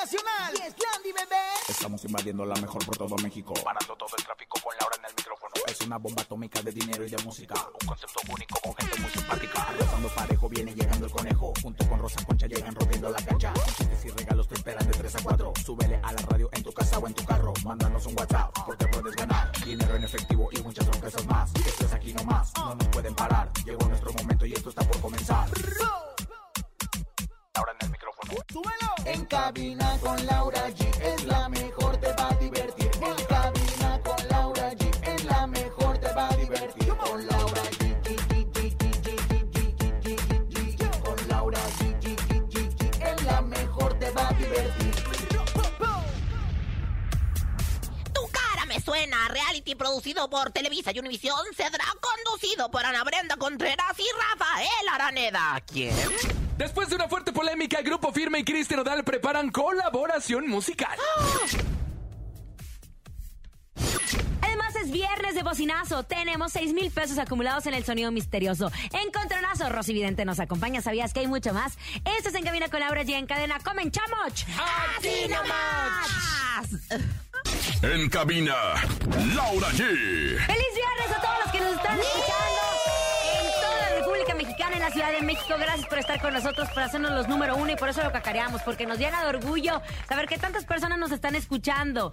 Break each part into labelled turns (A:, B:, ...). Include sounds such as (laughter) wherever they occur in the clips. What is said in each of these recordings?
A: Nacional. Y es Landy, bebé.
B: Estamos invadiendo la mejor por todo México.
C: Parando todo el tráfico con Laura en el micrófono.
B: Es una bomba atómica de dinero y de música.
C: Un concepto único con gente muy simpática.
B: Rozando parejo viene llegando el conejo. Junto con Rosa Concha llegan rompiendo la cancha. Con chistes y regalos te esperan de 3 a 4. Súbele a la radio en tu casa o en tu carro. Mándanos un WhatsApp porque puedes ganar. Dinero en efectivo y muchas sorpresas más. Esto es aquí nomás, no nos pueden parar. Llegó nuestro momento y esto está por comenzar.
C: Laura en el micrófono.
A: ¡Súbelo!
D: En cabina con Laura G es la mejor, te va a divertir. En cabina con Laura G es la mejor, te va a divertir. Con Laura G. G, G, G, G, G, G, G, G, G, G. Con Laura G, G, G, G, G, es la mejor, te va a divertir.
E: Tu cara me suena. Reality producido por Televisa y Univisión será conducido por Ana Brenda Contreras y Rafael Araneda. ¿Quién?
F: Después de una fuerte polémica, Grupo Firme y Cristian Odal preparan colaboración musical.
G: Además es viernes de bocinazo. Tenemos 6 mil pesos acumulados en el sonido misterioso. Encontronazo, Rosy Vidente nos acompaña. ¿Sabías que hay mucho más? Esto es En Cabina con Laura G en cadena. ¡Comenchamos!
E: ¡Así nomás!
H: En cabina, Laura G.
G: ¡Feliz viernes a todos los que nos están escuchando en toda la República Mexicana, en la Ciudad de México! Gracias por estar con nosotros, por hacernos los número uno y por eso lo cacareamos, porque nos llena de orgullo saber que tantas personas nos están escuchando.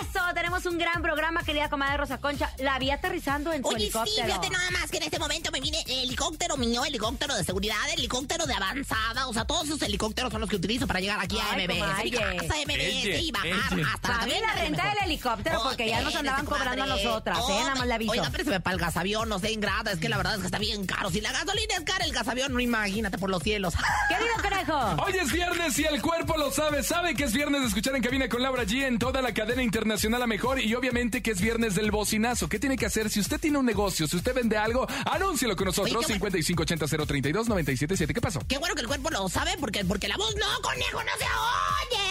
G: ¡Eso! Tenemos un gran programa, querida comadre Rosa Concha. La vi aterrizando en su
E: Oye, sí,
G: helicóptero.
E: fíjate nada más que en este momento me viene el helicóptero mío, helicóptero de seguridad, helicóptero de avanzada. O sea, todos esos helicópteros son los que utilizo para llegar aquí a
G: Ay,
E: MBS. Mi
G: comadre.
E: casa MBS y bajar
F: ella.
E: hasta la
G: Pagué
E: cabina
G: la
E: de
G: renta
E: mejor.
G: del helicóptero
E: Oh,
G: porque ya nos
E: Hombre,
G: andaban
E: comadre.
G: cobrando a nosotras, ¿eh? Nada más le aviso.
E: Oiga, pero se me para el gasavión, no sé, ingrata. Es que la verdad es que está bien caro. Si la gasolina es cara, el gasavión, no imagínate por los cielos. ¡Ah!
G: Querido conejo,
F: Hoy es viernes y el cuerpo lo sabe. Sabe que es viernes de escuchar en cabina con Laura G en toda la cadena internacional a mejor y obviamente que es viernes del bocinazo. ¿Qué tiene que hacer? Si usted tiene un negocio, si usted vende algo, anúncielo con nosotros.
E: Oye, qué
F: 5580-032-977. ¿Qué pasó?
E: Qué bueno que el cuerpo lo sabe porque, porque la voz no, conejo, no se oye.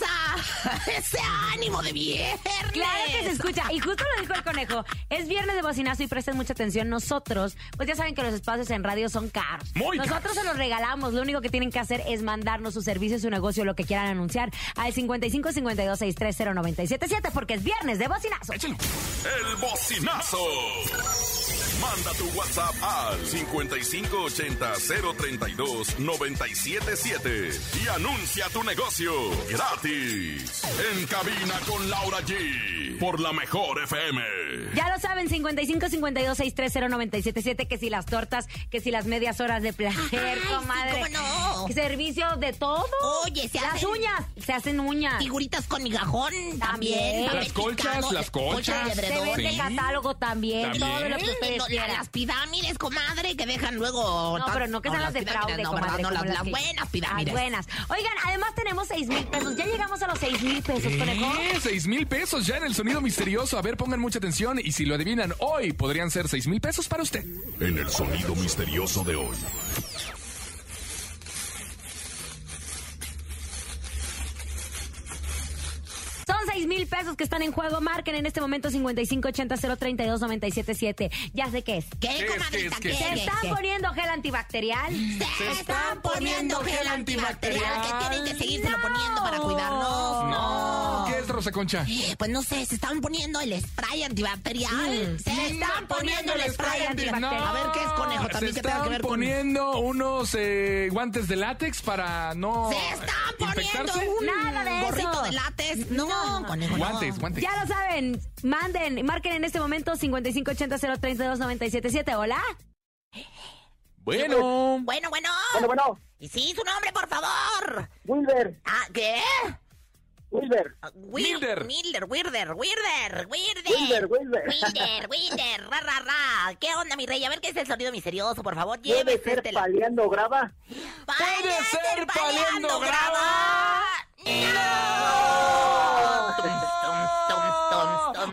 E: Esa, (laughs) ese ánimo de viernes.
G: claro que se escucha. Y justo lo dijo el conejo. Es viernes de bocinazo y presten mucha atención. Nosotros, pues ya saben que los espacios en radio son caros.
F: Muy
G: Nosotros
F: caros.
G: se los regalamos. Lo único que tienen que hacer es mandarnos su servicio, su negocio, lo que quieran anunciar al 55 52 630 977 porque es viernes de bocinazo.
F: Échalo.
H: El bocinazo. Manda tu WhatsApp al 5580-032-977 y anuncia tu negocio gratis. En cabina con Laura G. Por la mejor FM.
G: Ya lo saben, 55 52 630 977 que si las tortas, que si las medias horas de placer,
E: Ay, sí,
G: comadre.
E: cómo no.
G: Servicio de todo.
E: Oye, se
G: Las
E: hacen-
G: uñas, se hacen uñas.
E: Figuritas con migajón también.
G: También.
E: papel
F: Las colchas,
E: picado,
F: las colchas.
E: de
G: Se
E: edredón.
G: vende
F: Sí.
G: catálogo también,
F: También.
G: todo lo que
E: Mm,
G: ustedes
E: no,
G: quieran.
E: las pirámides, comadre, que dejan luego.
G: No,
E: tan-
G: pero no que sean las de
E: pirámides,
G: fraude,
E: no, ¿verdad?
G: comadre.
E: No,
G: como
E: las, las
G: que- Ah,
E: buenas
G: Las
E: pirámides.
G: buenas. Oigan, además tenemos 6 mil pesos. Ya llegamos a los 6 mil pesos, conejo.
F: Eh, Seis mil pesos ya en el sonido misterioso. A ver, pongan mucha atención y si lo adivinan hoy, podrían ser seis mil pesos para usted.
H: En el sonido misterioso de hoy.
G: Son 6 mil pesos que están en juego. Marquen en este momento 5580-032-977. Ya sé qué es.
E: ¿Qué,
F: es,
E: comadrita?
F: qué
E: ¿Qué,
F: es,
G: Se
E: qué,
G: están
E: qué?
G: poniendo gel antibacterial.
E: Se están poniendo gel antibacterial. ¿Qué tienen que seguirse
G: No.
E: poniendo para cuidarnos? No.
F: ¿Qué es Rosa Concha?
E: Pues no sé, se están poniendo el spray antibacterial.
G: Mm.
E: Se
G: Le
E: están poniendo el spray antibacterial.
G: antibacterial.
E: A ver qué es conejo
F: Se
E: también que tenga que
F: están
E: ver con.
F: poniendo unos eh, guantes de látex para no.
E: Se están poniendo
F: infectarse.
E: un
G: Nada de
E: gorrito
G: eso.
E: de látex. No,
G: No, no.
E: conejo. no.
F: Guantes, guantes.
G: Ya lo saben, manden, marquen en este momento 5580-032-977. Hola.
F: Bueno.
E: Bueno, bueno.
I: Bueno, bueno,
E: Y sí, su nombre, por favor.
I: Wilber,
E: Ah, ¿qué?
I: Wilber,
E: Ah, Wil-
F: Milder.
E: Milder, Wilder, Wilder,
I: Wilber,
E: Wilder.
I: Wilber.
E: Wilder, Wilder, ra, ra, ra. ¿Qué onda, mi rey? A ver qué es el sonido misterioso, por favor,
I: Debe
E: llévese
I: ser
E: este.
I: paleando grava.
E: ¡Puede
F: ser paleando
E: grava! ¡No! Tum, tum, tum, tum,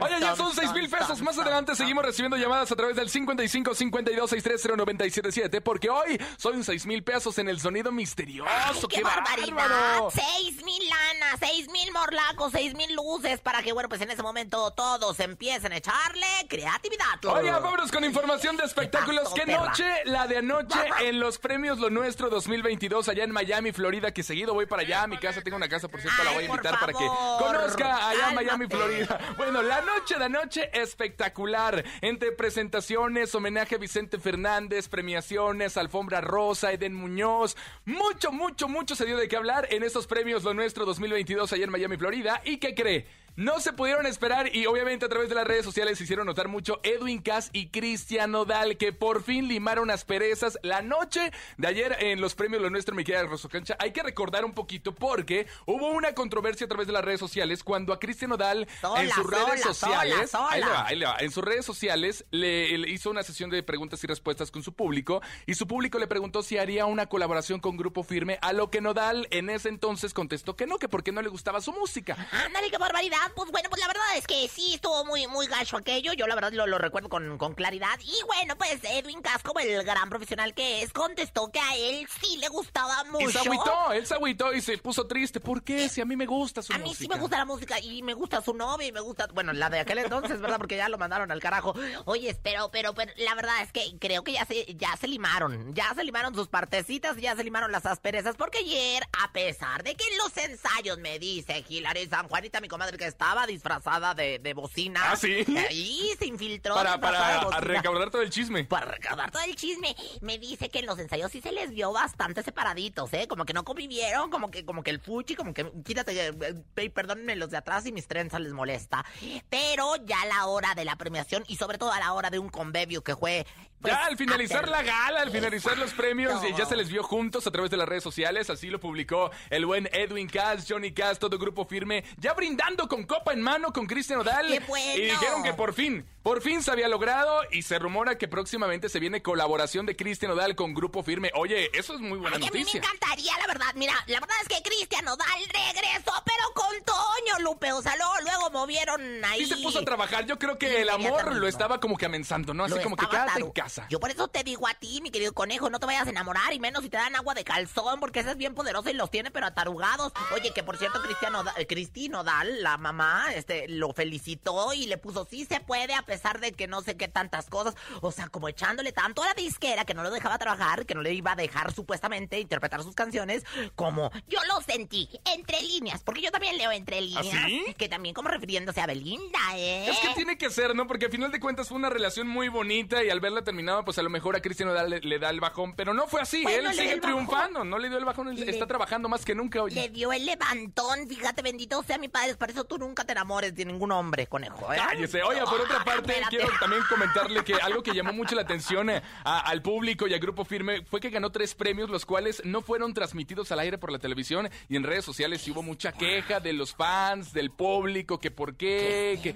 F: Oye, ya
E: tum,
F: son seis
E: tum,
F: mil pesos.
E: tum,
F: Más
E: tum,
F: adelante
E: tum.
F: seguimos recibiendo llamadas a través del 55 52 630 977 porque hoy son seis mil pesos en el sonido misterioso.
E: ¡Qué barbaridad!
F: bárbaro!
E: ¡Seis mil mil lanas, seis mil morlacos, seis mil luces, para que, bueno, pues en ese momento todos empiecen a echarle creatividad.
F: Oye, vámonos con información de espectáculos.
E: Qué
F: ¿Qué
E: perra.
F: noche? La de anoche en los premios Lo Nuestro 2022 allá en Miami, Florida, que seguido voy para allá. Mi casa, tengo una casa, por cierto, la
E: Ay,
F: voy a
E: por
F: invitar para que
E: favor,
F: conozca allá en Miami,
E: cálmate.
F: Florida. Bueno, la noche de anoche espectacular. Entre presentaciones, homenaje a Vicente Fernández, premiaciones, alfombra rosa, Eden Muñoz. Mucho, mucho, mucho se dio de qué hablar en estos premios Lo Nuestro 2022 allá en Miami, Florida. ¿Y qué cree? No se pudieron esperar y obviamente a través de las redes sociales se hicieron notar mucho Edwin Cass y Cristian Nodal que por fin limaron asperezas la noche de ayer en los premios Lo Nuestro, mi querida Rosocancha. Hay que recordar un poquito porque hubo una controversia a través de las redes sociales cuando a Cristian Nodal
E: Sola,
F: en sus redes
E: sola,
F: sociales.
E: sola, sola.
F: Ahí le va, ahí le va. En sus redes sociales le, le hizo una sesión de preguntas y respuestas con su público y su público le preguntó si haría una colaboración con Grupo Firme, a lo que Nodal en ese entonces contestó que no, que porque no le gustaba su música.
E: Ándale, qué barbaridad. Pues bueno, pues la verdad es que sí, estuvo muy, muy gacho aquello. Yo la verdad lo, lo recuerdo con, con claridad. Y bueno, pues Edwin Casco, el gran profesional que es, contestó que a él sí le gustaba mucho.
F: Y se agüitó, él se agüitó y se puso triste. ¿Por qué? Si a mí me gusta su
E: A mí
F: música.
E: sí me gusta la música y me gusta su novia y me gusta, bueno, la de aquel entonces, ¿verdad? Porque ya lo mandaron al carajo. Oye, pero, pero, pero la verdad es que creo que ya se, ya se limaron, ya se limaron sus partecitas, ya se limaron las asperezas, porque ayer, a pesar de que en los ensayos me dice Hilary San Juanita, mi comadre, que estaba disfrazada de, de bocina.
F: Ah, ¿sí?
E: Y se infiltró.
F: Para,
E: disfrazada de
F: para
E: bocina.
F: recaudar todo el chisme.
E: Para recabar todo el chisme, me dice que en los ensayos sí se les vio bastante separaditos, ¿eh? Como que no convivieron, como que, como que el fuchi, como que, quítate, eh, eh, perdónenme los de atrás y mis trenzas les molesta. Pero ya a la hora de la premiación y sobre todo a la hora de un convivio que fue... pues,
F: ya al finalizar
E: ater-
F: la gala, al finalizar los premios, eh,
E: Exacto.
F: ya se les vio juntos a través de las redes sociales. Así lo publicó el buen Edwin Cass, Johnny Cass, todo grupo firme, ya brindando con copa en mano con Cristian Odal.
E: ¡Qué bueno!
F: Y dijeron que por fin, por fin se había logrado y se rumora que próximamente se viene colaboración de Cristian Odal con grupo firme. Oye, eso es muy buena
E: Ay, a mí me
F: noticia.
E: encantaría, la verdad. Mira, la verdad es que Cristian Odal regresó, pero con Toño Lupe. O sea, luego, luego movieron ahí.
F: Sí se puso a trabajar, yo creo que el amor
E: Inmediatamente.
F: lo estaba como que amenzando, ¿no? Así
E: Lo
F: como que
E: estaba
F: quédate en
E: taru-
F: casa.
E: Yo por eso te digo a ti, mi querido conejo, no te vayas a enamorar y menos si te dan agua de calzón, porque ese es bien poderoso y los tiene, pero atarugados. Oye, que por cierto, Cristiano, Da- eh, Cristino Dal, la mamá, este, lo felicitó y le puso sí se puede, a pesar de que no sé qué tantas cosas. O sea, como echándole tanto a la disquera que no lo dejaba trabajar, que no le iba a dejar supuestamente interpretar sus canciones, como yo lo sentí, entre líneas, porque yo también leo entre líneas.
F: ¿Ah, sí?
E: Que también como refiriéndose a Belinda, ¿eh?
F: Es que tiene que ser, ¿no? Porque al final de cuentas fue una relación muy bonita y al verla terminada, pues a lo mejor a Cristian Odal le, le da el bajón, pero no fue así.
E: Bueno,
F: él
E: le dio
F: sigue
E: el bajón.
F: triunfando, no le dio el bajón, él
E: Le-
F: está trabajando más que nunca, oye.
E: Le dio el levantón, fíjate, bendito sea mi padre. Por eso tú nunca te enamores de ningún hombre, conejo. ¿eh?
F: Cállese. Oye, por otra parte,
E: Espérate.
F: quiero también comentarle que algo que llamó mucho la atención eh, a- al público y al grupo firme fue que ganó tres premios, los cuales no fueron transmitidos al aire por la televisión y en redes sociales y hubo mucha queja de los fans, del público, que por qué, que...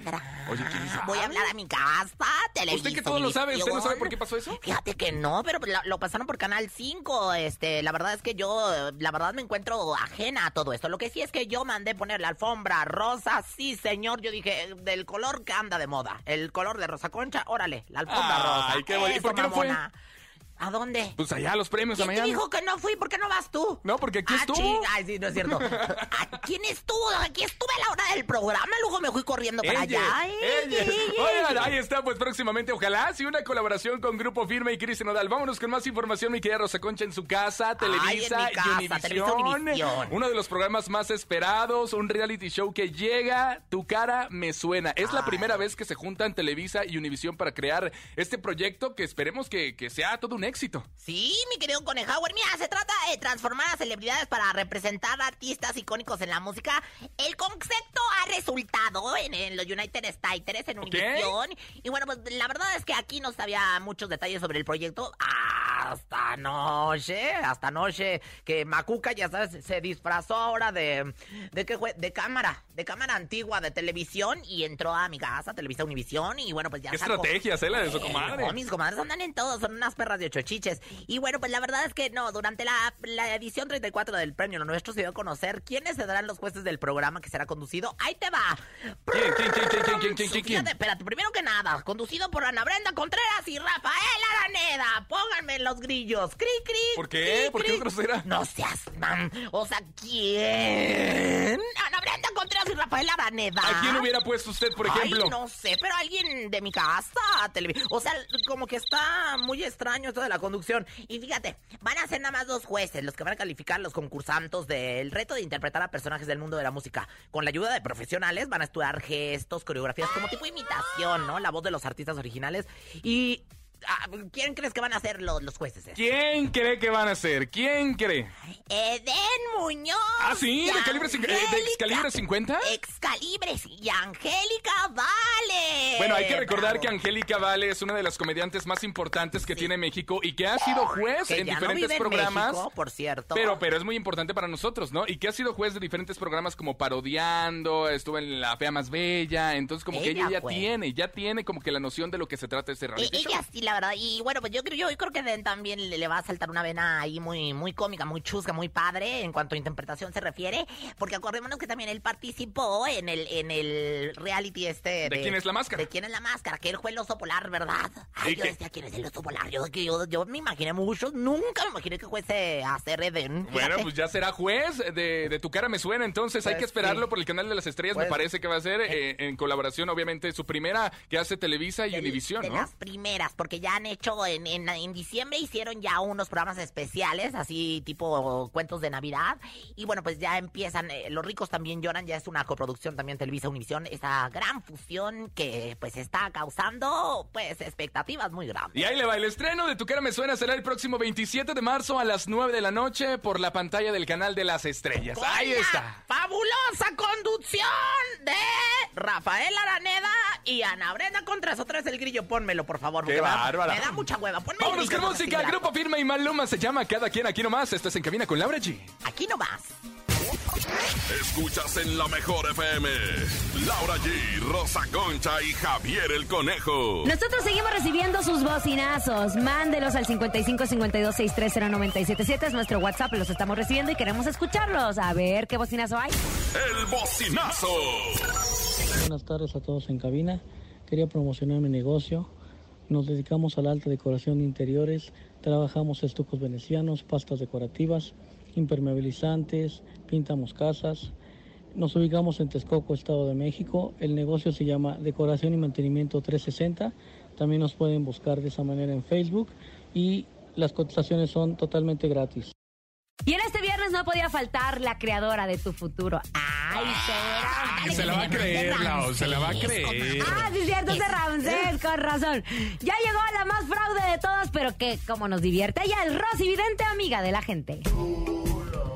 F: Oye, ¿qué dice?
E: Voy a hablar a mi casa, televisión.
F: Usted que todo lo sabe, ¿usted no sabe por qué pasó eso?
E: Fíjate que no, pero lo, lo pasaron por Canal 5. Este, la verdad es que yo, eh, la verdad me encuentro ajena a todo esto. Lo que sí es que yo mandé poner la alfombra rosa, sí señor. Yo dije, del color que anda de moda. El color de rosa concha, órale, la alfombra rosa.
F: Ay, qué bonito.
E: Eso,
F: ¿Por qué no fue?
E: mamona. ¿A dónde?
F: Pues allá los premios de
E: ¿Quién te
F: mañana.
E: dijo que no fui? ¿Por qué no vas tú?
F: No, porque aquí
E: Ah,
F: estuvo.
E: ching- Ay, sí, no es
F: (laughs)
E: cierto. ¿A ¿Quién estuvo? Aquí estuve a la hora del programa, luego me fui corriendo para
F: Ella,
E: allá. ¿eh?
F: ella.
E: Ey, ey, ey.
F: Oigan, ahí está, pues próximamente, ojalá, si una colaboración con Grupo Firme y Cristian Nodal. Vámonos con más información, mi querida Rosa Concha, en su casa, Televisa,
E: mi casa,
F: y
E: Televisa, Univisión.
F: Uno de los programas más esperados, un reality show que llega, Tu Cara Me Suena. Es la
E: Ay.
F: primera vez que se juntan Televisa y Univisión para crear este proyecto que esperemos que, que sea todo un éxito.
E: Sí, mi querido Conejauer. Mira, se trata de transformar a celebridades para representar artistas icónicos en la música. El concepto ha resultado en, en los United States, en Univision. Y bueno, pues la verdad es que aquí no sabía muchos detalles sobre el proyecto. Hasta noche, hasta noche, que Macuca, ya sabes, se disfrazó ahora de. ¿De qué fue? De cámara, de cámara antigua de televisión y entró a mi casa, Televisa Univisión. Y bueno, pues ya
F: Qué
E: sacó-
F: estrategias, eh, la de su
E: eh,
F: comadre.
E: no, mis comadres andan en todo, son unas perras de ocho chiches. Y bueno, pues la verdad es que no, durante la, la edición 34 del premio Lo Nuestro se dio a conocer quiénes serán los jueces del programa que será conducido. ¡Ahí te va!
F: ¿Quién, quién, quién, quién, quién, quién, quién, quién?
E: Fíjate, espérate, primero que nada, conducido por Ana Brenda Contreras y Rafael Araneda. Pónganme los los grillos. Cri, cri.
F: ¿Por qué?
E: cri,
F: ¿Por qué
E: cri.
F: es grosera?
E: No seas man. O sea, ¿quién? Ana Brenda Contreras y Rafael Araneda.
F: ¿A quién hubiera puesto usted, por ejemplo?
E: Ay, no sé, pero alguien de mi casa. televi- O sea, como que está muy extraño esto de la conducción. Y fíjate, van a ser nada más dos jueces los que van a calificar los concursantes del reto de interpretar a personajes del mundo de la música. Con la ayuda de profesionales van a estudiar gestos, coreografías, como tipo imitación, ¿no? La voz de los artistas originales. Y... ah, ¿Quién crees que van a ser los, los jueces? estos?
F: ¿Quién cree que van a ser? ¿Quién cree?
E: Eden Muñoz.
F: Ah, sí,
E: y
F: de calibre, cincu- eh, de
E: Angélica-
F: Excalibre 50.
E: Eh, Excalibres y Angélica Vale.
F: Bueno, hay que recordar
E: Bravo.
F: que Angélica Vale es una de las comediantes más importantes que tiene México y que ha sido juez
E: Que
F: en
E: ya no
F: diferentes
E: vive en
F: programas.
E: México, por cierto.
F: Pero, pero es muy importante para nosotros, ¿no? Y que ha sido juez de diferentes programas como Parodiando, estuvo en La Fea Más Bella, entonces como que
E: Ella
F: ella ya
E: fue.
F: tiene, ya tiene como que la noción de lo que se trata este
E: Eh,
F: reality show.
E: ella sí, la verdad. Y bueno, pues yo creo, yo creo que Den también le, le va a saltar una vena ahí muy, muy cómica, muy chusca, muy padre en cuanto a interpretación se refiere. Porque acordémonos que también él participó en el, en el reality este.
F: ¿De quién es la máscara?
E: De quién es la máscara, que él fue el oso polar, ¿verdad?
F: ¿Y
E: Ay, yo
F: qué?
E: decía quién es el oso polar. Yo, que yo, yo me imaginé muchos, nunca me imaginé que fuese a ser Eden.
F: Bueno,
E: Fíjate.
F: pues ya será juez de, de tu cara me suena, entonces hay
E: Pues
F: que esperarlo
E: sí.
F: por el canal de las estrellas, me
E: Pues-
F: parece que va a ser eh, en colaboración, obviamente, su primera que hace Televisa y
E: de-
F: Univisión,
E: de
F: ¿no?
E: las primeras, porque ya han hecho en, en, en diciembre hicieron ya unos programas especiales, así tipo cuentos de Navidad. Y bueno, pues ya empiezan, eh, Los ricos también lloran, ya es una coproducción también Televisa Univisión, esa gran fusión que pues está causando pues expectativas muy grandes.
F: Y ahí le va, el estreno de Tu cara me suena será el próximo 27 de marzo a las 9 de la noche por la pantalla del canal de las estrellas.
E: Con
F: Pues Ahí
E: la
F: está.
E: Fabulosa conducción de Rafael Araneda y Ana Brenda Contreras. Otra vez el grillo, pónmelo, por favor.
F: Qué
E: porque me da-
F: bárbara.
E: Me da mucha hueva. Ponme el
F: Vámonos
E: grillo,
F: con
E: no me estoy
F: música,
E: grabando.
F: Grupo Firme y Maluma se llama Cada Quien Aquí Nomás. Estás en cabina con Laura G.
E: Aquí nomás.
H: Escuchas en la mejor FM. Laura G, Rosa Concha y Javier el Conejo.
G: Nosotros seguimos recibiendo sus bocinazos. Mándelos al 55 52 630 977 es nuestro WhatsApp. Los estamos recibiendo y queremos escucharlos. A ver qué bocinazo hay.
H: El bocinazo.
J: Buenas tardes a todos en cabina. Quería promocionar mi negocio. Nos dedicamos a la alta decoración de interiores. Trabajamos estucos venecianos, pastas decorativas, impermeabilizantes, pintamos casas. Nos ubicamos en Texcoco, Estado de México. El negocio se llama Decoración y Mantenimiento 360. También nos pueden buscar de esa manera en Facebook y las cotizaciones son totalmente gratis.
G: Y en este viernes no podía faltar la creadora de tu futuro. Ay, pero. dale
F: Ah, Se la
G: que me
F: va a
G: mande
F: creer, Lau, se la va a
E: Ramsés,
F: creer.
E: comadre.
G: Ah, sí, cierto, es de Ramsés, con razón. Ya llegó la más fraude de todas, pero que como nos divierte. Ella es Rosy Vidente, amiga de la gente.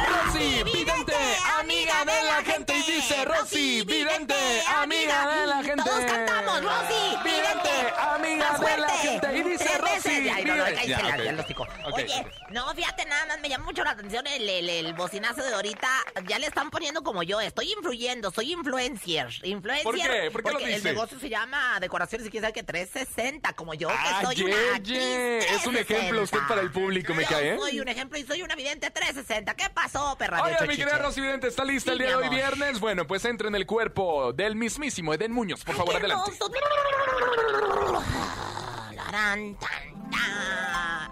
F: Rosy Vidente, amiga de la gente. Y dice Rosy Vidente, amiga de la gente.
E: Todos cantamos, Rosy Vidente,
F: amiga
E: más
F: de la
E: fuerte.
F: gente. Y dice
E: Tres
F: Rosy
E: veces. Ay, no, no, cállense
F: Vidente. Ya,
E: la-
F: ok.
E: ya los pico.
F: Ok,
E: Oye,
F: ok.
E: no, fíjate nada más, me llama mucho la atención el, el- el bocinazo de ahorita. Ya le están poniendo como yo, estoy influyendo, soy influencer. influencer
F: ¿Por qué? ¿Por qué lo
E: porque El
F: dice?
E: negocio se llama Decoraciones y quién sabe qué, 360, como yo, que
F: Ah,
E: soy
F: ye,
E: una
F: ye.
E: actriz
F: Es un ejemplo usted
E: 360.
F: para el público, me
E: Yo
F: cae, ¿eh?
E: soy un ejemplo y soy una vidente 360. ¿Qué pasó, perra? de
F: Oye,
E: ocho
F: mi querida
E: chiches?
F: Rosy Vidente, ¿está lista
E: Sí,
F: el día de
E: mi
F: hoy
E: amor.
F: viernes? Bueno, pues entra en el cuerpo del mismísimo Eden Muñoz. Por favor,
E: ¡Qué
F: adelante.
E: hermoso! Larán, tan, tan.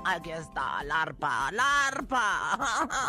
E: Aquí está, la arpa, la arpa.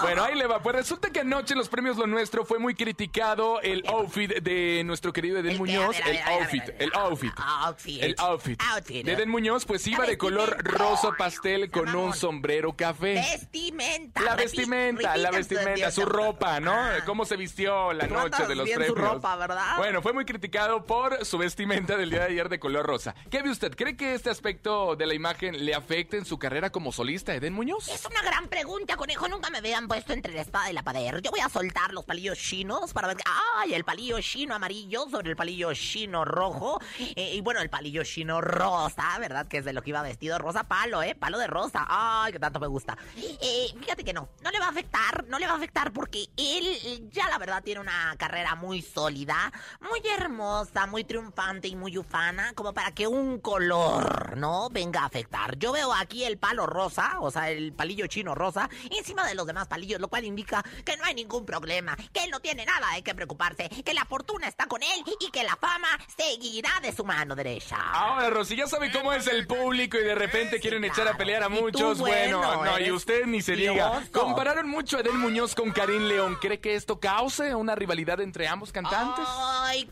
F: Bueno, ahí le va. Pues resulta que anoche en los premios Lo Nuestro fue muy criticado el outfit de nuestro querido Eden
E: ¿El qué? Este, A
F: Muñoz.
E: ver, a
F: El
E: ver, a ver, a ver,
F: outfit,
E: a ver.
F: el outfit.
E: Outfit.
F: El outfit.
E: Outfit.
F: De Eden Muñoz, pues
E: La
F: iba de color
E: vestimenta.
F: rosa pastel con un
E: Mamón.
F: sombrero café.
E: Vestimenta.
F: La
E: repi-
F: vestimenta, la
E: repitan
F: vestimenta,
E: ustedes,
F: su
E: Dios,
F: ropa, ¿no?
E: ah.
F: Cómo se vistió la
E: Tú
F: noche
E: andas
F: de los
E: bien
F: premios.
E: su ropa, ¿verdad?
F: Bueno, fue muy criticado por su vestimenta del día de ayer de color rosa. ¿Qué ve usted? ¿Cree que este aspecto de la imagen le afecta en su carrera como solista, Eden Muñoz?
E: Es una gran pregunta, conejo. Nunca me habían puesto entre la espada y la pared. Yo voy a soltar los palillos chinos para ver. ¡Ay! El palillo chino amarillo sobre el palillo chino rojo. Eh, y bueno, el palillo chino rosa, ¿verdad? Que es de lo que iba vestido. Rosa palo, ¿eh? Palo de rosa. ¡Ay! Que tanto me gusta. Eh, fíjate que no. No le va a afectar. No le va a afectar porque él eh, ya, la verdad, tiene una carrera muy sólida, muy hermosa, muy triunfante y muy ufana. Como para que un color, ¿no? Venga a afectar. Yo veo aquí el palo rosa rosa, o sea, el palillo chino rosa, encima de los demás palillos, lo cual indica que no hay ningún problema, que él no tiene nada de qué preocuparse, que la fortuna está con él y que la fama seguirá de su mano derecha.
F: Ahora, Rosy, ya sabe cómo es el público y de repente quieren echar a pelear a muchos. bueno,
E: bueno,
F: no, y
E: eres
F: usted ni se diga.
E: odioso.
F: Compararon mucho a Edel Muñoz con Karim León. ¿Cree que esto cause una rivalidad entre ambos cantantes?
E: ¡Ay,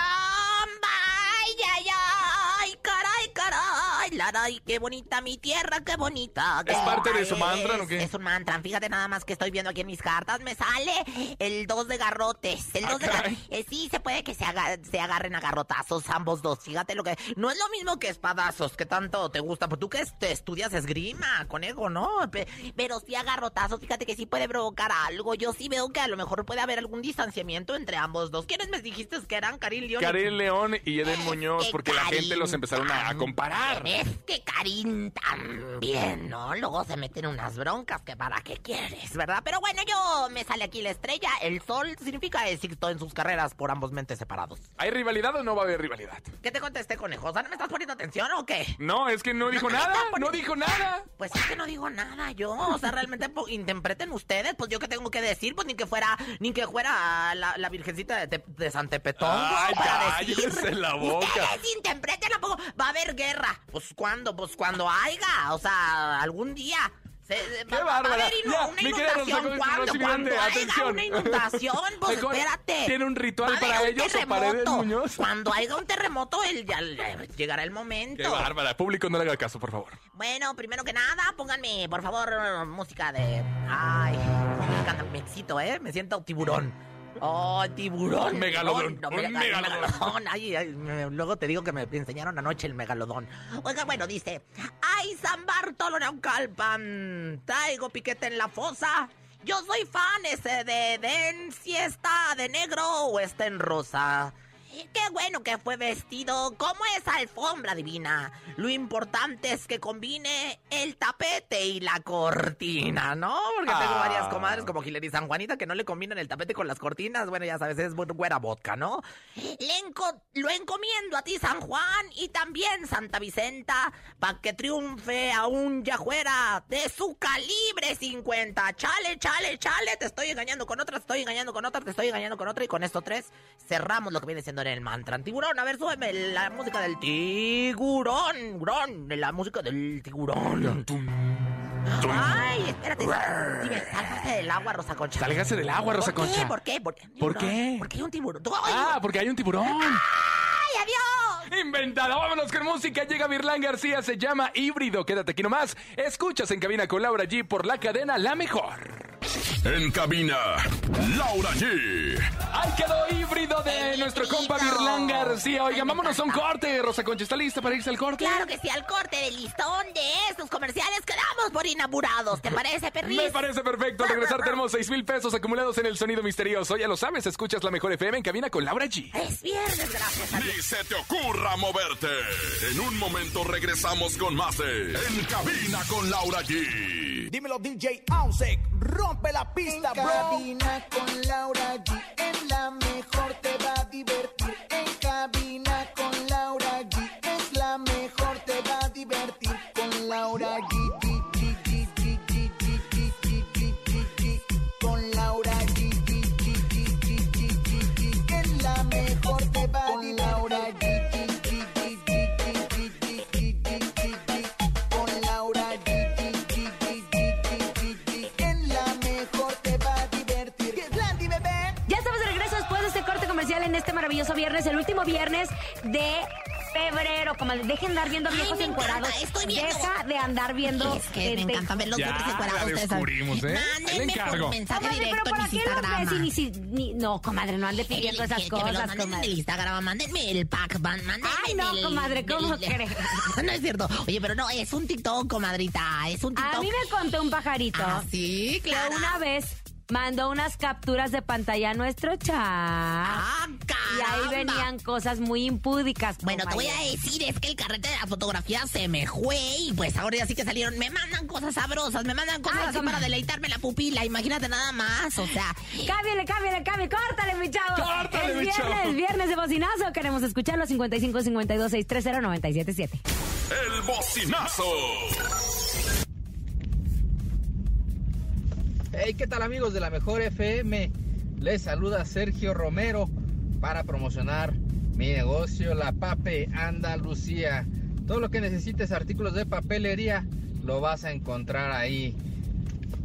E: caramba! ¡Ay, ay, ay! ¡Caray, caray! ¡Laray, qué bonita mi tierra, qué bonita! qué
F: ¿Es parte de su
E: bonita
F: mantra,
E: es.
F: o qué?
E: Es un mantra. Fíjate nada más que estoy viendo aquí en mis cartas. Me sale el 2 de garrotes. El 2 de
F: Ah,
E: garrotes. Eh, sí, se puede que se, haga- se agarren a garrotazos ambos dos. Fíjate lo que... No es lo mismo que espadazos, que tanto te gusta. Pues tú que este, estudias esgrima, conejo, ¿no? Pe- Pero sí a garrotazos, fíjate que sí puede provocar algo. Yo sí veo que a lo mejor puede haber algún distanciamiento entre ambos dos. ¿Quiénes me dijiste que eran Karim León? y-
F: Karim León y Edel Muñoz,
E: que
F: porque la gente
E: Karim
F: los empezaron a, a comparar.
E: Es que Karim también, ¿no? Luego se meten unas broncas que para qué quieres, ¿verdad? Pero bueno, yo me sale aquí la estrella. El sol significa éxito en sus carreras por ambos mentes separados.
F: ¿Hay rivalidad o no va a haber rivalidad?
E: ¿Qué te contesté, conejo? O sea, ¿no me estás poniendo atención o qué?
F: No, es que no dijo
E: me
F: nada,
E: está
F: no
E: poniendo-
F: dijo nada.
E: Pues es que no digo nada yo, o sea, realmente po- interpreten ustedes, pues yo qué tengo que decir, pues ni que fuera, ni que fuera la, la virgencita de, Te- de Santepetón.
F: Ay,
E: para decir.
F: cállese la boca.
E: Ustedes interpreten a poco, va a haber guerra, pues cuando, pues cuando haya, o sea, algún día. Se, se-
F: ¡Qué
E: va- va a
F: bárbara!
E: haber inu-
F: Ya,
E: una
F: mi querida
E: inundación,
F: Rosa Gómez,
E: ¿cuándo?
F: Rosy
E: Cuando
F: Vidente,
E: haya
F: atención.
E: una inundación,
F: (laughs)
E: pues
F: Mejor,
E: espérate.
F: ¿tiene un ritual
E: Va a haber
F: para
E: un
F: ellos o para Edel
E: terremoto.
F: Muñoz?
E: Cuando haya un terremoto, el- ya- ya llegará el momento.
F: Qué bárbara, público, no le haga caso, por favor.
E: Bueno, primero que nada, pónganme, por favor, música de. Ay, me, me excito, ¿eh? Me siento tiburón. Oh, tiburón.
F: Megalodón,
E: No, no,
F: un
E: mega-
F: megalodón.
E: megalodón. Ay, ay, me- luego te digo que me enseñaron anoche el megalodón. Oiga, bueno, dice: Ay, San Bartolo Naucalpan, traigo piquete en la fosa. Yo soy fan ese de Den, si está de negro o está en rosa. Qué bueno que fue vestido como esa alfombra divina. Lo importante es que combine el tapete y la cortina, ¿no? Porque tengo
F: Ah.
E: varias comadres como Hilary San Juanita que no le combinan el tapete con las cortinas. Bueno, ya sabes, es bu- güera vodka, ¿no? Le enco- lo encomiendo a ti, San Juan, y también Santa Vicenta, para que triunfe a un yajuera de su calibre 50. Chale, chale, chale, te estoy engañando con otra, te estoy engañando con otra, te estoy engañando con otra, y con esto tres cerramos lo que viene siendo en el mantra. Tiburón, a ver, súbeme la música del tiburón, grón, la música del tiburón. Ay, espérate, sal- dime, sálgase del agua, Rosa Concha.
F: Sálgase del agua, Rosa
E: ¿Por
F: Concha.
E: Qué? ¿Por qué? ¿Por qué?
F: ¿Por qué?
E: Porque hay un tiburón. ¡Ay!
F: Ah, porque hay un tiburón.
E: ¡Ay, adiós!
F: Inventada, vámonos con música. Llega Virlán García, se llama Híbrido. Quédate aquí nomás. Escuchas en cabina con Laura G por la cadena La Mejor.
H: En cabina, Laura G.
F: Ahí quedó híbrido de nuestro compa Virlán García. Oigan,
E: me
F: vámonos a un
E: encanta.
F: corte. Rosa Concha, ¿está lista para irse al corte?
E: Claro que sí, al corte del listón de estos comerciales quedamos por inaugurados. ¿Te parece, perris?
F: Me parece perfecto. Al regresar tenemos 6 mil pesos acumulados en el sonido misterioso. Ya lo sabes, escuchas la mejor FM en cabina con Laura G.
E: Es viernes, gracias a Dios.
H: Ni se te ocurra moverte. En un momento regresamos con más de En cabina con Laura G.
B: Dímelo DJ Ausek, rompe la pista,
D: En
B: bro.
D: cabina con Laura G. En la mejor te va a divertir. En cabina con Laura G. Es la mejor te va a divertir. Con Laura G. G, G, G, G, G, G, G, G, G, G, G. Con Laura G. G, G, G, G, G, G, G. Es la mejor te va a divertir. Con Laura G. G, G, G, G, G, G, G, G, G, G. Con Laura G. G, G, G, G, G, G, G. En la mejor te va a divertir. ¡Qué Landy, bebé!
G: Ya estamos de regreso después de este corte comercial en este maravilloso viernes, el último viernes de febrero. Como dejen de andar viendo
E: Ay,
G: viejos
E: me encanta,
G: encuerados.
E: estoy viendo.
G: Deja de andar viendo.
E: Es que me
G: este,
E: encanta ver los
F: Ya,
E: hombres
F: la
E: encuerados. ustedes saben.
F: descubrimos, ¿eh? Ahí le
E: Mándenme por
F: encargo.
E: mensaje
G: Comadre,
E: directo
G: pero
E: en
G: ¿para
E: mis
G: qué los ves y
E: Instagram.
G: ni, si- ni- No, comadre, no ande pidiendo esas
E: Que me los
G: cosas,
E: manden en el
G: comadre.
E: Instagram, mándenme el pack, van, mándenme
G: Ay, no,
E: del-
G: comadre, ¿cómo
E: del-
G: crees?
E: (laughs) no es cierto. Oye, pero no, es un TikTok, comadrita, es un TikTok.
G: A mí me contó un pajarito
E: Ah, sí,
G: que
E: claro.
G: una vez mandó unas capturas de pantalla a nuestro chat.
E: Ah,
G: y ahí
E: caramba.
G: venían cosas muy impúdicas.
E: Bueno, te voy
G: comadre.
E: a decir, es que el carrete de la fotografía se me fue y pues ahora ya sí que salieron. Me mandan cosas sabrosas, me mandan cosas
G: Ay,
E: así
G: comadre.
E: para deleitarme la pupila, imagínate nada más, o sea.
G: Cámbiale, cámbiale, cámbiale. Córtale, mi chavo.
F: Córtale,
G: es
F: mi
G: viernes,
F: chavo.
G: viernes de bocinazo. Queremos escucharlo. 55 52 630 977.
H: El bocinazo.
K: Hey, ¿qué tal amigos de la Mejor FM? Les saluda Sergio Romero para promocionar mi negocio La Pape Andalucía. Todo lo que necesites, artículos de papelería, lo vas a encontrar ahí.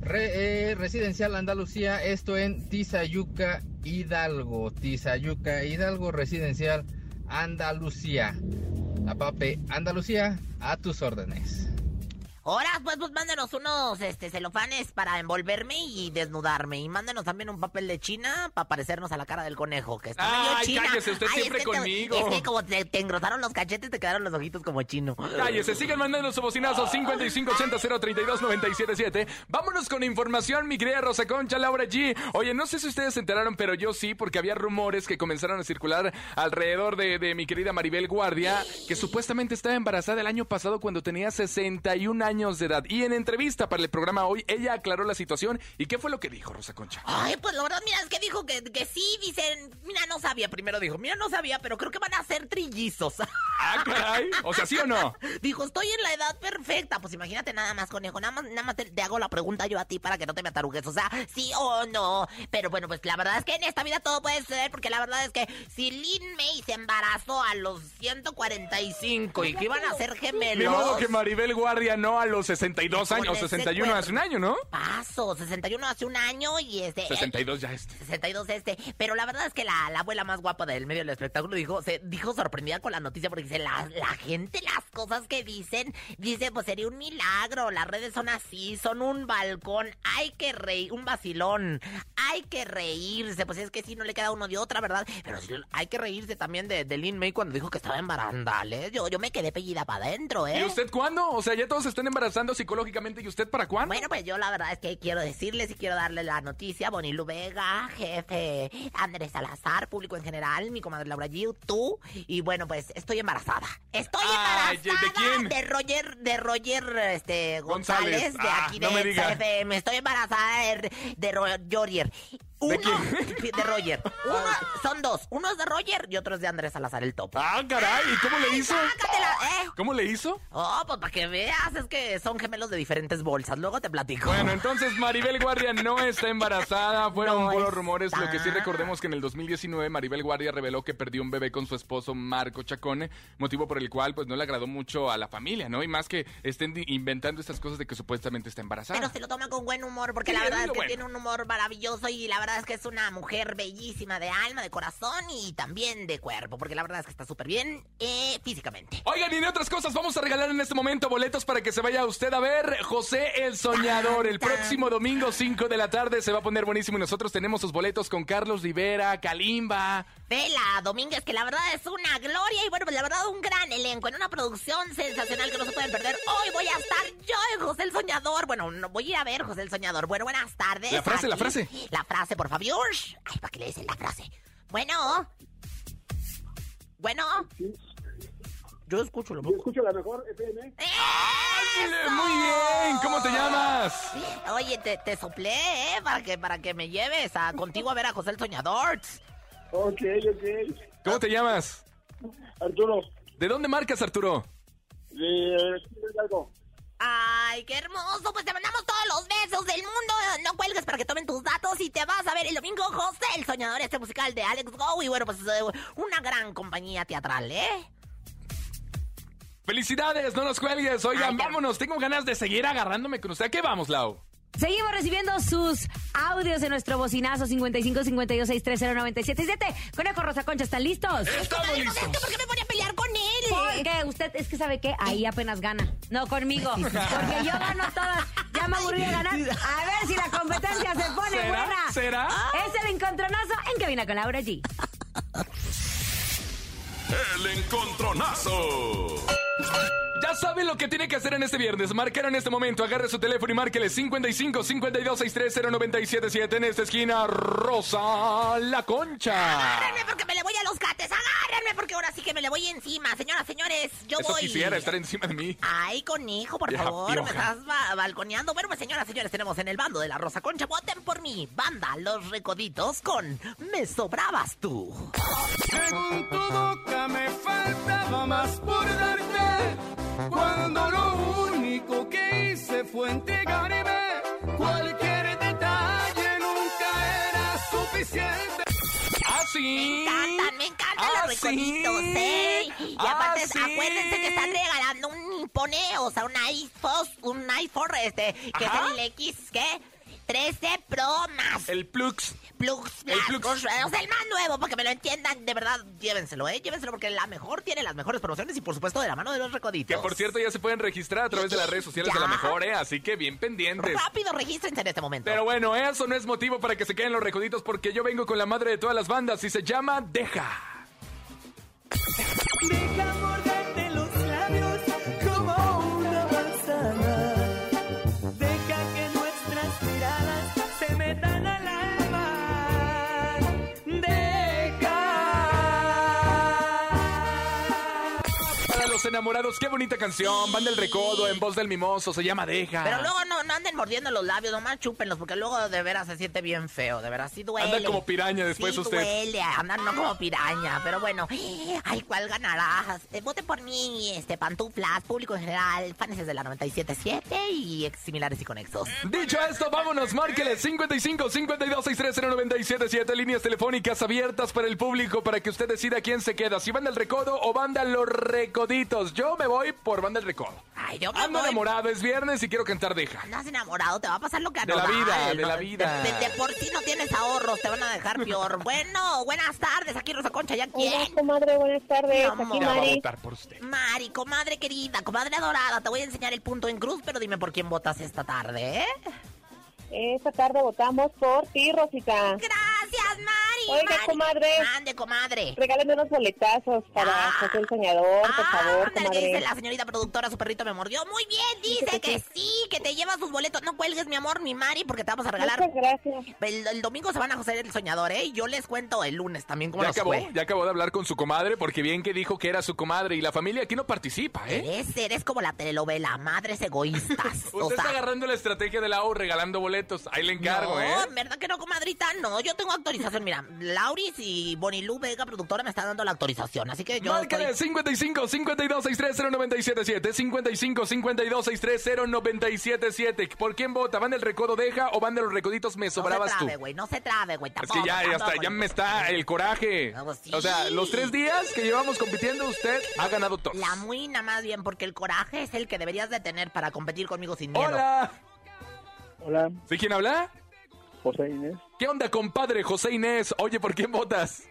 K: Re- eh, Residencial Andalucía, esto en Tizayuca, Hidalgo. Tizayuca, Hidalgo, Residencial Andalucía. La Pape Andalucía, a tus órdenes.
E: Ahora, pues, pues mándanos unos este, celofanes para envolverme y desnudarme. Y mándanos también un papel de China para parecernos a la cara del conejo, que está medio
F: Ay,
E: china.
F: cállese, usted siempre
E: te-
F: conmigo.
E: es que como te, te engrosaron los cachetes, te quedaron los ojitos como chino.
F: Cállese, siguen mandando su bocinazo 5580-032-977. Vámonos con información, mi querida Rosa Concha, Laura G. Oye, no sé si ustedes se enteraron, pero yo sí, porque había rumores que comenzaron a circular alrededor de, de mi querida Maribel Guardia, que supuestamente estaba embarazada el año pasado cuando tenía 61 años de edad. Y en entrevista para el programa hoy, ella aclaró la situación. ¿Y qué fue lo que dijo, Rosa Concha?
E: Ay, pues la verdad, mira, es que dijo que, que sí, dicen, mira, no sabía, primero dijo, mira, no sabía, pero creo que van a ser trillizos. (laughs)
F: Ah, caray. O sea, ¿sí o no?
E: Dijo, estoy en la edad perfecta. Pues imagínate nada más, conejo. Nada más, nada más te, te hago la pregunta yo a ti para que no te me atarugues. O sea, sí o no. Pero bueno, pues la verdad es que en esta vida todo puede suceder porque la verdad es que si Lin May se embarazó a los 145 y que iban a ser gemelos.
F: Ni modo que Maribel Guardia no a los 62
E: Con
F: años,
E: ese
F: 61 hace un año, ¿no?
E: Paso, 61 hace un año y este...
F: 62 ya este.
E: 62 este, pero la verdad es que la, la abuela más guapa del medio del espectáculo dijo, se dijo sorprendida con la noticia porque dice, la, la gente, las cosas que dicen, dice, pues sería un milagro, las redes son así, son un balcón, hay que reír, un vacilón, hay que reírse, pues es que si no le queda uno de otra, ¿verdad? Pero sí, hay que reírse también de, de Lin May cuando dijo que estaba en barandales, yo, yo me quedé pellida para adentro, ¿eh?
F: ¿Y usted cuándo? O sea, ya todos se están embarazando psicológicamente. ¿Y usted para cuándo?
E: Bueno, pues yo la verdad es que quiero decirles y quiero darle la noticia. Bonilu Vega, jefe Andrés Salazar, público en general, mi comadre Laura Giu, tú. Y bueno, pues estoy embarazada. Estoy
F: Ay,
E: embarazada
F: ¿de quién?
E: de Roger, de Roger este,
F: González.
E: González, de
F: Ah,
E: aquí
F: no me
E: de
F: diga.
E: CFM. Estoy embarazada de, de Ro- Roger. Uno (laughs) de, Roger. Uno, son dos. Uno es de Roger y otro es de Andrés Salazar, el topo.
F: Ah, caray, ¿y cómo le hizo?
E: Sácatela, ¿eh?
F: ¿Cómo le hizo?
E: Oh, pues para que veas, es que son gemelos de diferentes bolsas. Luego te platico.
F: Bueno, entonces Maribel Guardia no está embarazada. Fueron
E: No
F: puros rumores. Lo que sí
E: está.
F: recordemos que en el 2019 Maribel Guardia reveló que perdió un bebé con su esposo Marco Chacone, motivo por el cual pues no le agradó mucho a la familia, ¿no? Y más que estén di- inventando estas cosas de que supuestamente está embarazada.
E: Pero se lo toma con buen humor, porque
F: Sí,
E: la
F: es
E: verdad
F: lo
E: es que
F: bueno.
E: tiene un humor maravilloso y la verdad es que es una mujer bellísima de alma, de corazón y también de cuerpo, porque la verdad es que está súper bien eh, físicamente.
F: Oigan, y de otras cosas, vamos a regalar en este momento boletos para que se vaya usted a ver José el Soñador. El próximo domingo, 5 de la tarde, se va a poner buenísimo. Y nosotros tenemos sus boletos con Carlos Rivera, Kalimba.
E: Vela Domínguez, que la verdad es una gloria y bueno, pues la verdad un gran elenco en una producción sensacional que no se pueden perder. Hoy voy a estar yo en José el Soñador. Bueno, no, voy a ir a ver José el Soñador. Bueno, buenas tardes.
F: La frase, la frase.
E: La frase, por favor. Ay, ¿para qué le dicen la frase? Bueno. Bueno. Yo escucho lo
I: Yo escucho la mejor FM.
F: ¡Ándale! Muy bien, ¿cómo te llamas?
E: Oye, te, te soplé, ¿eh? Para que, para que me lleves a contigo a ver a José el Soñador.
I: Ok, ok.
F: ¿Cómo te llamas?
I: Arturo,
F: ¿De dónde marcas, Arturo?
L: eh,
I: de Hidalgo.
E: Ay, qué hermoso. Pues te mandamos todos los besos del mundo. No cuelgues para que tomen tus datos y te vas a ver el domingo José el Soñador, este musical de Alex Go. Y bueno, pues eh, una gran compañía teatral, ¿eh?
F: ¡Felicidades! ¡No nos cuelgues! Oigan, vámonos. Tengo ganas de seguir agarrándome con usted. ¿A qué vamos, Lau?
G: Seguimos recibiendo sus audios en nuestro bocinazo 55 52 630 977. Conejo Rosa Concha, ¿están listos?
F: ¡Estamos listos!
E: ¿Por qué me voy a pelear con él?
G: Porque usted es que sabe que ahí apenas gana. No conmigo. Porque yo gano todas. Ya me aburrí de ganar. A ver si la competencia se pone
F: ¿Será?
G: buena.
F: ¿Será?
G: Es el encontronazo en cabina con Laura G.
H: El encontronazo.
F: Ya sabe lo que tiene que hacer en este viernes. Marcar en este momento. Agarre su teléfono y márquele 55 52 630 En esta esquina, Rosa La Concha.
E: Agárrenme porque me le voy a los cates. Agárrenme porque ahora sí que me le voy encima. Señoras, señores, yo
F: Eso
E: voy.
F: quisiera estar encima de mí.
E: Ay, conejo, por
F: Ya,
E: favor, me
F: pioja.
E: estás ba- balconeando. Bueno, pues señoras, señores, tenemos en el bando de la Rosa Concha. Voten por mí. Banda Los Recoditos con Me Sobrabas Tú.
D: En tu boca me faltaba más por darte cuando lo único que hice fue entregarme cualquier detalle.
E: Me
F: Ah, sí?
E: encantan, me encantan
F: ¿Ah,
E: los recoditos,
F: sí?
E: ¿eh? Y
F: ¿Ah,
E: aparte,
F: sí?
E: acuérdense que están regalando un impone, o sea, un iPhone, un iPhone, este, que
F: Ajá.
E: es el X, ¿qué? 13 Pro más.
F: El Plux.
E: Plux,
F: El
E: Plus,
F: Plux.
E: Plus, o sea, el más nuevo, para que me lo entiendan, de verdad, llévenselo, ¿eh? Llévenselo porque la mejor tiene las mejores promociones y, por supuesto, de la mano de los recoditos.
F: Que por cierto ya se pueden registrar a través de las redes sociales de la
E: Ya.
F: mejor, ¿eh? Así que bien pendientes.
E: Rápido, regístrense en este momento.
F: Pero bueno, eso no es motivo para que se queden los recoditos porque yo vengo con la madre de todas las bandas y se llama Deja.
D: Deja morderte los labios como una manzana. Deja que nuestras miradas se metan al alma. Deja.
F: Para los enamorados, qué bonita canción. Van del recodo en voz del mimoso, se llama Deja.
E: Pero luego no, no anden mordiendo los labios, nomás chúpenlos, porque luego de veras se siente bien feo, de veras sí duele.
F: Anda como piraña después
E: sí
F: usted.
E: duele, andan no como piraña, pero bueno. (gasps) Ay, ¿cuál ganarás? Eh, Voten por mí, este, pantuflas, público en general, fans de la 97.7 y ex similares y conexos.
F: Dicho esto, vámonos, márqueles 55 52 630 977 líneas telefónicas abiertas para el público para que usted decida quién se queda, si van del recodo o van de los recoditos. Yo me voy por van del recodo.
E: Ay, yo me
F: Ando
E: voy.
F: enamorado, es viernes y quiero cantar Deja.
E: Andas enamorado, te va a pasar lo que a
F: De la
E: Nodal,
F: vida, de
E: ¿no?
F: la vida.
E: De, de por sí no tienes ahorros, te van a
F: (laughs)
E: dejar peor. Bueno, buenas tardes, aquí Rosa Concha, ¿ya quién?
M: comadre, buenas tardes.
E: Mi
M: pues, Aquí
E: amor.
F: Ya va a
M: Mari.
F: votar por usted.
E: Mari, comadre querida, comadre adorada, te voy a enseñar el punto en cruz, pero dime por quién votas esta tarde, ¿eh?
M: Esta tarde votamos por ti, Rosita.
E: Gracias, Mari.
M: Oiga,
E: Mari.
M: comadre.
E: Mande, comadre. Ah.
M: Regálame unos boletazos para José el Soñador, por favor,
E: Ándale, que dice
M: comadre.
E: la señorita productora, su perrito me mordió. Muy bien, dice que sí, que te llevas sus boletos. No cuelgues, mi amor, mi Mari, porque te vamos a regalar.
M: Muchas gracias.
E: El, el domingo se van a José el Soñador, ¿eh? Y Yo les cuento el lunes también cómo
F: Ya
E: nos
F: acabó,
E: fue.
F: ya acabó de hablar con su comadre porque bien que dijo que era su comadre y la familia aquí no participa, ¿eh?
E: Eres, eres como la telenovela, madres egoístas. o
F: (laughs) Usted está
E: sea,
F: agarrando la estrategia de la O regalando boletos. Ahí le encargo,
E: no,
F: ¿eh?
E: en verdad que no, comadrita. No, yo tengo autorización. Mira, Lauris y Bonilú Vega, productora, me están dando la autorización. Así que yo.
F: Márcale
E: estoy-
F: 55 52 630 977 55 52 630 977 ¿Por quién vota? ¿Van del recodo deja o van de los recoditos me
E: No
F: sobrabas
E: se
F: tú?
E: trabe, güey. No se trabe, güey.
F: Es que ya, ya está, ya me está el coraje.
E: No, pues sí.
F: O sea, los tres días que llevamos compitiendo, usted ha ganado todos.
E: La muina más bien, porque el coraje es el que deberías de tener para competir conmigo sin miedo.
F: ¡Hola!
I: Hola,
F: ¿Sí quién habla?
I: José Inés.
F: ¿Qué onda, compadre José Inés? Oye, ¿por quién votas?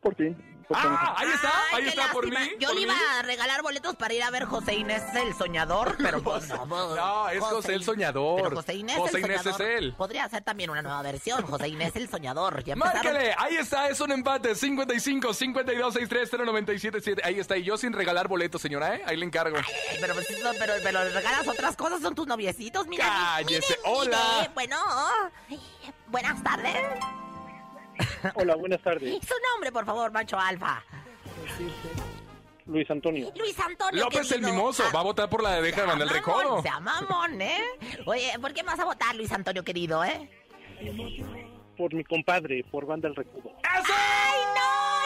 I: Por ti. por ti.
F: ¡Ah! Ahí está,
E: Ay,
F: ahí
E: qué
F: está, por mí.
E: lástima. Yo
F: por
E: le
F: mí.
E: iba a regalar boletos para ir a ver José Inés el
F: (laughs)
E: soñador, pero pues, no. pues,
F: No, es José el
E: In-
F: soñador.
E: Pero José Inés,
F: José
E: el
F: Inés es
E: soñador.
F: él.
E: Podría hacer también una nueva versión, José Inés el soñador. Ya empezaron-
F: Márcale, ahí está, es un empate. 55 52 63 977. Ahí está, y yo sin regalar boletos, señora, ¿eh? Ahí le encargo.
E: Ay, Pero, pues, eso, pero, pero les regalas otras cosas, son tus noviecitos, mira. mi-
F: Cállese,
E: miren, mire,
F: hola.
E: Bueno, buenas tardes.
I: (laughs) Hola, buenas tardes.
E: Su nombre, por favor, macho alfa.
I: Luis Antonio.
E: Luis Antonio.
F: López el
E: querido.
F: mimoso,
E: Ah,
F: va a votar por la de deja de mandar el
E: mamón,
F: recodo.
E: sea mamón, ¿eh? Oye, ¿por qué me vas a votar, Luis Antonio, querido, eh?
I: Por mi compadre, por Banda del Recodo.
E: ¡Ay, no!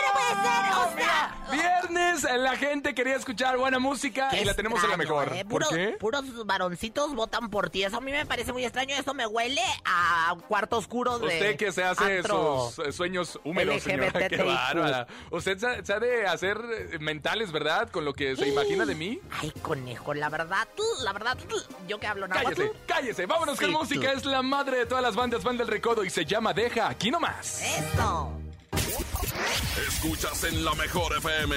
E: ¡No puede ser! ¡O sea!
F: Viernes, la gente quería escuchar buena música
E: Qué
F: y la tenemos en la
E: extraño,
F: mejor.
E: ¿eh?
F: ¿Por
E: Puros-
F: qué?
E: Puros varoncitos votan por ti. Eso a mí me parece muy extraño. Eso me huele a cuarto oscuro de.
F: Usted que se hace
E: antro.
F: sus eh, sueños húmedos, señora. (laughs) Qué
E: LGBTIQ.
F: bárbara. Usted se se ha de hacer eh, mentales, ¿verdad? Con lo que se imagina de mí.
E: Ay, conejo, la verdad, tú, la verdad, tú, yo que hablo náhuatl.
F: Cállese, cállese. Vámonos con
E: Sí,
F: música.
E: tú.
F: Es la madre de todas las bandas, Banda del Recodo y se llama Deja aquí nomás.
E: Eso.
H: Escuchas en la mejor FM.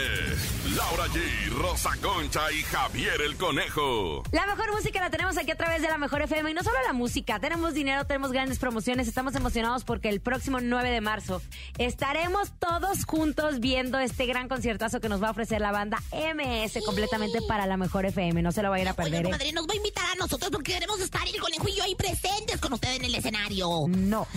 H: Laura G, Rosa Concha y Javier el Conejo.
G: La mejor música la tenemos aquí a través de la Mejor FM. Y no solo la música, tenemos dinero, tenemos grandes promociones. Estamos emocionados porque el próximo 9 de marzo estaremos todos juntos viendo este gran conciertazo que nos va a ofrecer la banda MS completamente para la Mejor FM. No se lo va a ir a
E: Oye,
G: perder. ¿eh?
E: comadre, nos va a invitar a nosotros porque queremos estar el conejo y yo ahí presentes con usted en el escenario.
G: No.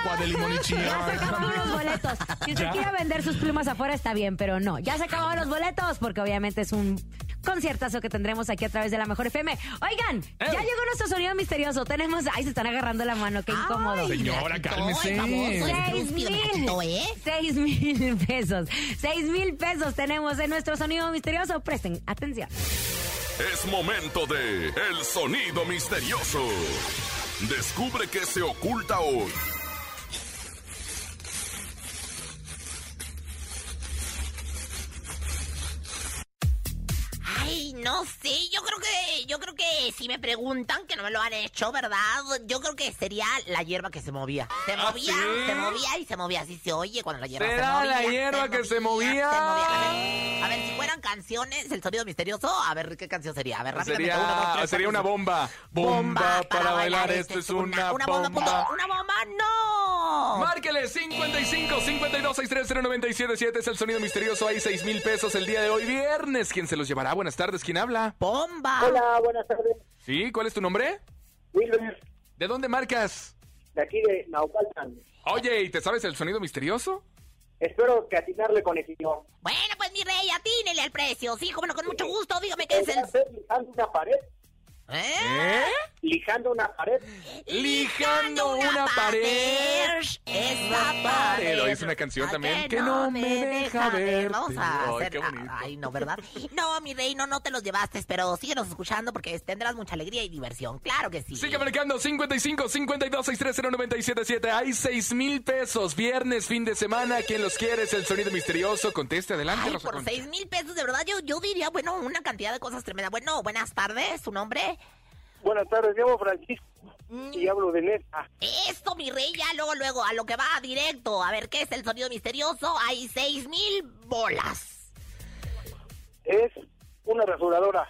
F: Agua de limón y chía.
G: Ya se acabaron los boletos. Si usted
F: Ya.
G: quiere vender sus plumas afuera, está bien, pero no. Ya se acabaron los boletos, porque obviamente es un conciertazo que tendremos aquí a través de la Mejor FM. Oigan,
F: Eh.
G: ya llegó nuestro sonido misterioso. Tenemos. Ay, se están agarrando la mano, qué incómodo.
F: Señora, cálmese.
G: Seis
E: ¿eh?
G: mil, seis mil pesos, seis mil pesos tenemos en nuestro sonido misterioso. Presten atención.
H: Es momento de El Sonido Misterioso. Descubre qué se oculta hoy.
E: No sé, yo creo que, yo creo que si me preguntan que no me lo han hecho, ¿verdad? Yo creo que sería la hierba que se movía. Se
F: ¿Ah,
E: movía,
F: sí?
E: se movía y se movía. Así se oye cuando la hierba se
F: ¿Será
E: movía.
F: la hierba que se movía?
E: se movía. A ver, a ver, si fueran canciones, el sonido misterioso, a ver qué canción sería. A ver, rápidamente. uno, dos,
F: Sería,
E: tres,
F: sería
E: cuatro,
F: una bomba.
E: Bomba
F: Bomba para
E: para
F: bailar,
E: bailar, este
F: esto es una
E: una bomba,
F: bomba.
E: punto. ¡Una bomba! ¡No!
F: Márquele 55 52 630 977 es el sonido misterioso. Hay 6 mil pesos el día de hoy, viernes. ¿Quién se los llevará? Buenas tardes, ¿quién habla?
E: ¡Bomba!
L: Hola, buenas tardes.
F: ¿Sí? ¿Cuál es tu nombre?
L: Wilber.
F: ¿De dónde marcas?
L: De aquí de Naucalpan.
F: Oye, ¿y te sabes el sonido misterioso?
L: Espero que atinarle con el señor.
E: Bueno, pues mi rey, atínele al precio. Sí, cómelo con mucho gusto. Dígame qué es el.
L: lijando una pared?
E: ¿Eh?
L: Lijando una pared.
F: Lijando una pared.
E: Esa
F: Pared.
E: pared.
F: Oye, Es una canción
E: Ay,
F: también.
E: que
F: Que no me deja ver.
E: Vamos a
F: Ay,
E: hacer...
F: qué bonito.
E: Ay, no, ¿verdad? No, mi rey, no, no te los llevaste, pero síguenos escuchando porque tendrás mucha alegría y diversión. Claro que sí.
F: Sigue marcando 55 52 630 977. Hay 6 mil pesos. Viernes, fin de semana. ¿Quién los quiere? Es el sonido misterioso. Conteste adelante,
E: Ay,
F: Rosa
E: por
F: Concha.
E: seis mil pesos, de verdad, yo, yo diría, bueno, una cantidad de cosas tremendas. Bueno, buenas tardes, ¿su nombre?
L: Buenas tardes, me llamo Francisco
E: Mm.
L: y hablo de Nesa.
E: Esto, mi rey, ya luego, luego, a lo que va, directo. A ver, ¿qué es el sonido misterioso? Hay seis mil bolas.
L: Es una rasuradora.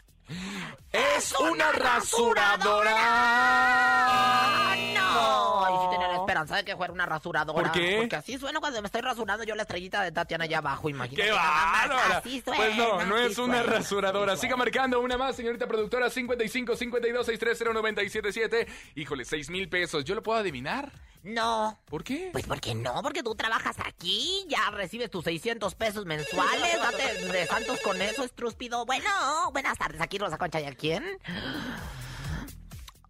F: ¡Es una
E: ¡Ah,
F: rasuradora!
E: no! Ay, sí tenía la esperanza de que fuera una rasuradora.
F: Ah, ¿Por qué?
E: Porque así suena cuando me estoy rasurando yo la estrellita de Tatiana allá abajo, imagínate.
F: ¡Qué
E: nada más,
F: bárbara!
E: Así suena.
F: Pues no, no
E: así
F: es una
E: suena.
F: rasuradora. Siga marcando una más, señorita productora. 55 52 630 977. Híjole, 6 mil pesos. ¿Yo lo puedo adivinar?
E: No.
F: ¿Por qué?
E: Pues porque no, porque tú trabajas aquí, ya recibes tus 600 pesos mensuales, date de santos con eso, estrúspido. Bueno, buenas tardes, aquí Rosa Concha, ¿y a quién?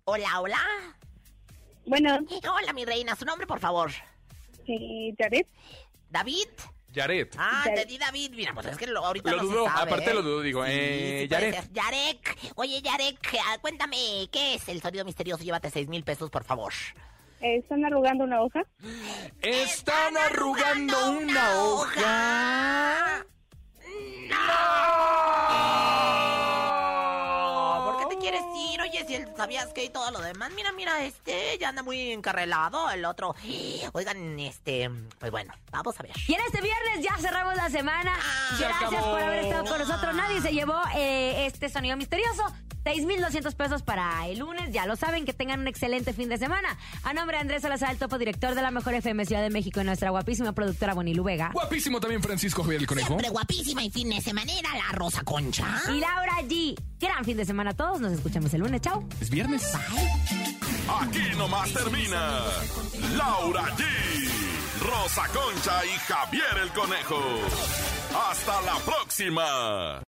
E: Hola, hola.
M: Bueno.
E: Hola, mi reina, su nombre, por favor.
M: Sí, Jared.
E: David.
F: Yaret.
E: Ah, te di David. Mira, pues es que lo- ahorita
F: Lo
E: no se
F: dudo,
E: sabe,
F: aparte
E: ¿eh?
F: lo dudo, digo,
E: Sí,
F: eh,
E: sí puede
F: Yaret.
E: ser. Yarek. Oye, Yarek, ah, cuéntame, ¿qué es el sonido misterioso? Llévate 6 mil pesos, por favor.
M: Eh, ¿Están arrugando una hoja?
F: Están arrugando una hoja.
E: ¿Por qué te quieres ir? Oye, si él sabías que y todo lo demás. Mira, mira, este ya anda muy encarrelado, el otro. (gasps) Oigan, este, pues bueno, vamos a ver.
G: Y en este viernes ya cerramos la semana.
E: Ah, se
G: Gracias
E: acabó.
G: por haber estado con nosotros. Nadie se llevó eh, este sonido misterioso. 6,200 pesos para el lunes. Ya lo saben, que tengan un excelente fin de semana. A nombre de Andrés Salazar, el topo director de la Mejor FM Ciudad de México y nuestra guapísima productora Bonilu Vega.
F: Guapísimo también Francisco Javier el Conejo.
E: Siempre guapísima y fitness de manera, la Rosa Concha.
G: Y Laura G. Gran fin de semana a todos. Nos escuchamos el lunes. Chao.
F: Es viernes.
H: Aquí nomás termina. Laura G, Rosa Concha y Javier el Conejo. Hasta la próxima.